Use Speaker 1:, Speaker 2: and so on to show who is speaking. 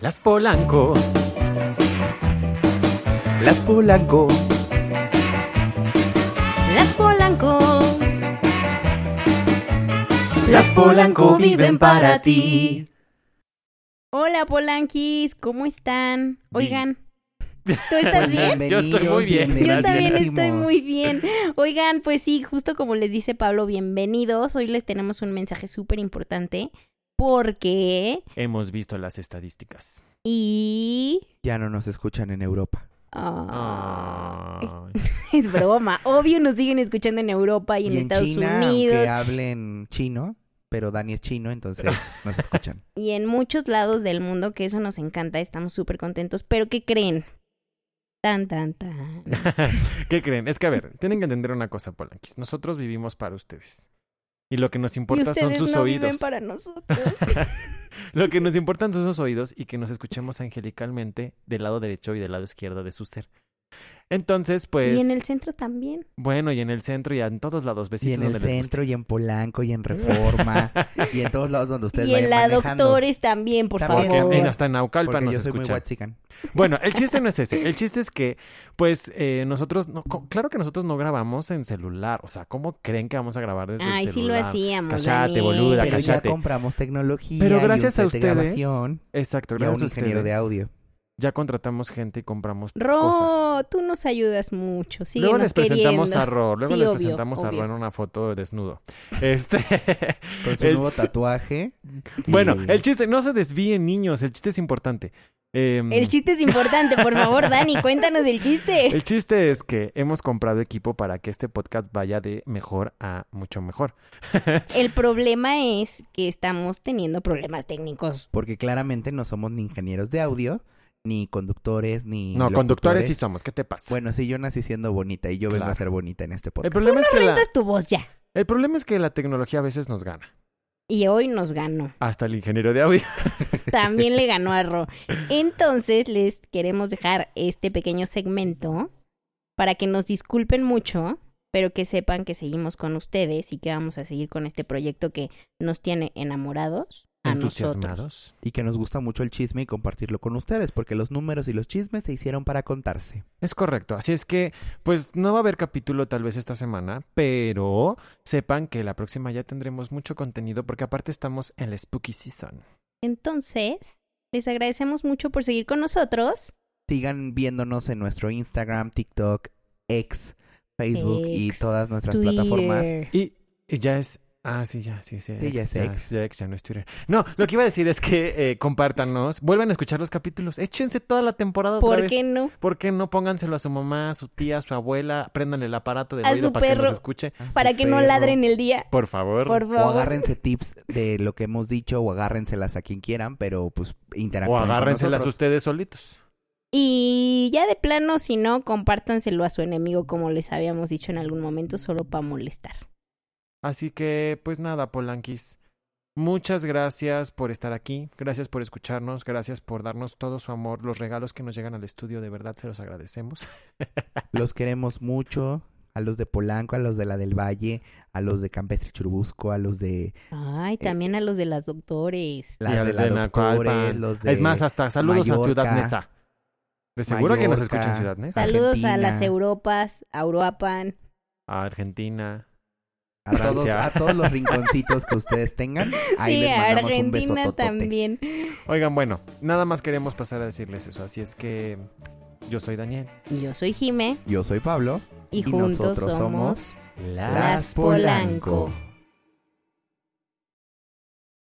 Speaker 1: Las Polanco.
Speaker 2: Las Polanco.
Speaker 3: Las Polanco.
Speaker 2: Las Polanco viven para ti.
Speaker 3: Hola Polanquis, ¿cómo están? Oigan, ¿tú estás bien?
Speaker 1: Yo estoy muy bien.
Speaker 3: Yo también estoy muy bien. Oigan, pues sí, justo como les dice Pablo, bienvenidos. Hoy les tenemos un mensaje súper importante porque...
Speaker 1: Hemos visto las estadísticas.
Speaker 3: Y...
Speaker 2: Ya no nos escuchan en Europa.
Speaker 3: Ah,
Speaker 1: Ay.
Speaker 3: Es broma. Obvio nos siguen escuchando en Europa y en, Estados
Speaker 2: China,
Speaker 3: Unidos
Speaker 2: aunque hablen chino, pero Dani es chino, entonces nos escuchan.
Speaker 3: y en muchos lados del mundo, que eso nos encanta, estamos súper contentos. Pero ¿qué creen? Tan, tan, tan.
Speaker 1: ¿Qué creen? Es que, a ver, tienen que entender una cosa, Polanquis. Nosotros vivimos para ustedes. Y lo que nos
Speaker 3: Y
Speaker 1: importa son
Speaker 3: ustedes
Speaker 1: sus
Speaker 3: no viven
Speaker 1: oídos.
Speaker 3: para nosotros.
Speaker 1: Lo que nos importan son sus oídos y que nos escuchemos angelicalmente del lado derecho y del lado izquierdo de su ser. Entonces, pues,
Speaker 3: Y en el centro también.
Speaker 1: bueno, y en el centro y en todos lados,
Speaker 2: Y
Speaker 1: besitos
Speaker 2: en el
Speaker 1: donde les guste.
Speaker 2: centro, y en Polanco, y en Reforma, y en todos lados donde ustedes
Speaker 3: Y en
Speaker 2: vayan
Speaker 3: la
Speaker 2: manejando.
Speaker 3: doctores también, por
Speaker 2: También,
Speaker 1: Porque
Speaker 3: favor.
Speaker 1: en- hasta en Naucalpan
Speaker 2: Porque
Speaker 1: nos
Speaker 2: yo soy muy
Speaker 1: escuchan.
Speaker 2: huachican.
Speaker 1: Bueno, el chiste no es ese. El chiste es que, pues, eh, nosotros, no, co- claro que nosotros no grabamos en celular. O sea, ¿cómo creen que vamos a grabar desde
Speaker 3: Ay,
Speaker 1: el
Speaker 3: sí lo
Speaker 1: celular?
Speaker 3: hacíamos.
Speaker 1: Cállate,
Speaker 3: Daniel.
Speaker 1: boluda,
Speaker 2: Pero ya
Speaker 1: cállate.
Speaker 2: compramos tecnología.
Speaker 1: Pero
Speaker 2: y un
Speaker 1: gracias a
Speaker 2: set de
Speaker 1: ustedes,
Speaker 2: grabación
Speaker 1: Exacto,
Speaker 2: y a
Speaker 1: gracias
Speaker 2: un
Speaker 1: a
Speaker 2: ingeniero de
Speaker 1: ustedes.
Speaker 2: audio.
Speaker 1: Ya contratamos gente y compramos cosas.
Speaker 3: Ro, tú nos ayudas mucho.
Speaker 1: Luego les
Speaker 3: síguenos
Speaker 1: presentamos
Speaker 3: queriendo.
Speaker 1: a Ro, luego
Speaker 3: Sí,
Speaker 1: les
Speaker 3: obvio,
Speaker 1: presentamos a
Speaker 3: obvio.
Speaker 1: Ro en una foto desnudo. Este,
Speaker 2: Con su
Speaker 1: El-
Speaker 2: nuevo tatuaje. y-
Speaker 1: bueno, el chiste, no se desvíen niños, el chiste es importante. Em,
Speaker 3: El chiste es importante, por favor, Dani, cuéntanos el chiste.
Speaker 1: El chiste es que hemos comprado equipo para que este podcast vaya de mejor a mucho mejor.
Speaker 3: El problema es que estamos teniendo problemas técnicos.
Speaker 2: Porque claramente no somos ni ingenieros de audio, ni conductores, ni.
Speaker 1: No, conductores sí
Speaker 2: locutores.
Speaker 1: somos, ¿qué te pasa?
Speaker 2: Bueno, sí, yo nací siendo bonita y yo vengo
Speaker 1: Claro.
Speaker 2: a ser bonita en este
Speaker 1: el,
Speaker 2: podcast.
Speaker 1: problema es que la,
Speaker 3: Cuentas tu voz ya.
Speaker 1: el problema es que la tecnología a veces nos gana.
Speaker 3: Y hoy nos ganó.
Speaker 1: Hasta el ingeniero de audio.
Speaker 3: También le ganó a Ro. Entonces les queremos dejar este pequeño segmento para que nos disculpen mucho, pero que sepan que seguimos con ustedes y que vamos a seguir con este proyecto que nos tiene enamorados a nosotros.
Speaker 1: Entusiasmados.
Speaker 2: Y que nos gusta mucho el chisme y compartirlo con ustedes, porque los números y los chismes se hicieron para contarse.
Speaker 1: Es correcto, así es que pues no va a haber capítulo tal vez esta semana, pero sepan que la próxima ya tendremos mucho contenido porque aparte estamos en la spooky season.
Speaker 3: Entonces, les agradecemos mucho por seguir con nosotros.
Speaker 2: Sigan viéndonos en nuestro Instagram, TikTok, X, Facebook y
Speaker 3: Ex,
Speaker 2: todas nuestras
Speaker 3: Twitter.
Speaker 2: plataformas.
Speaker 1: Y, y ya es... Ah, sí, ya, sí, sí.
Speaker 2: Sí, ya es ex.
Speaker 1: ya ex, ya no es Twitter. No, lo que iba a decir es que eh, compártanos, vuelvan a escuchar los capítulos, échense toda la temporada otra
Speaker 3: ¿Por
Speaker 1: vez.
Speaker 3: qué no?
Speaker 1: ¿Por qué no pónganselo a su mamá, a su tía, a su abuela? Préndanle el aparato de
Speaker 3: A
Speaker 1: oído
Speaker 3: su
Speaker 1: para que
Speaker 3: perro.
Speaker 1: nos escuche.
Speaker 2: Ah,
Speaker 3: Para
Speaker 2: su
Speaker 3: que no
Speaker 2: perro.
Speaker 3: ladren el día,
Speaker 1: Por favor.
Speaker 3: por
Speaker 2: O
Speaker 3: favor.
Speaker 2: agárrense tips de lo que hemos dicho o agárrenselas a quien quieran, pero pues
Speaker 1: o
Speaker 2: interactúen con
Speaker 1: agárrenselas
Speaker 2: nosotros.
Speaker 1: ustedes solitos.
Speaker 3: Y ya de plano, si no, compártanselo a su enemigo, como les habíamos dicho en algún momento, solo para molestar.
Speaker 1: Así que, pues nada, Polanquis. Muchas gracias por estar aquí, gracias por escucharnos, gracias por darnos todo su amor, los regalos que nos llegan al estudio, de verdad se los agradecemos.
Speaker 2: Los queremos mucho. A los de Polanco, a los de la del Valle, a los de Campestre Churubusco, a los de Eh,
Speaker 3: Ay, también a los de las doctores.
Speaker 2: la
Speaker 1: Y a
Speaker 2: de
Speaker 1: los
Speaker 2: la
Speaker 1: de
Speaker 2: Doctores,
Speaker 1: Naucalpan.
Speaker 2: los de
Speaker 1: Es más, hasta saludos a Ciudad
Speaker 2: Mallorca.
Speaker 1: Nesa. De seguro que nos
Speaker 2: Mallorca.
Speaker 1: escuchan Ciudad Nesa.
Speaker 2: Sal-
Speaker 3: Saludos a
Speaker 2: Argentina.
Speaker 3: las Europas, a Uruapan.
Speaker 1: A Argentina.
Speaker 2: a todos,
Speaker 1: Francia.
Speaker 2: a todos los rinconcitos que ustedes tengan. Ahí
Speaker 3: sí,
Speaker 2: les
Speaker 3: a
Speaker 2: mandamos un beso
Speaker 3: Argentina
Speaker 2: totote.
Speaker 3: también.
Speaker 1: Oigan, bueno, nada más queremos pasar a decirles eso, así es que yo soy Daniel.
Speaker 3: Yo soy Jime
Speaker 2: Yo soy Pablo.
Speaker 3: y,
Speaker 2: Y
Speaker 3: juntos
Speaker 2: nosotros
Speaker 3: somos
Speaker 2: somos
Speaker 3: Las Polanco.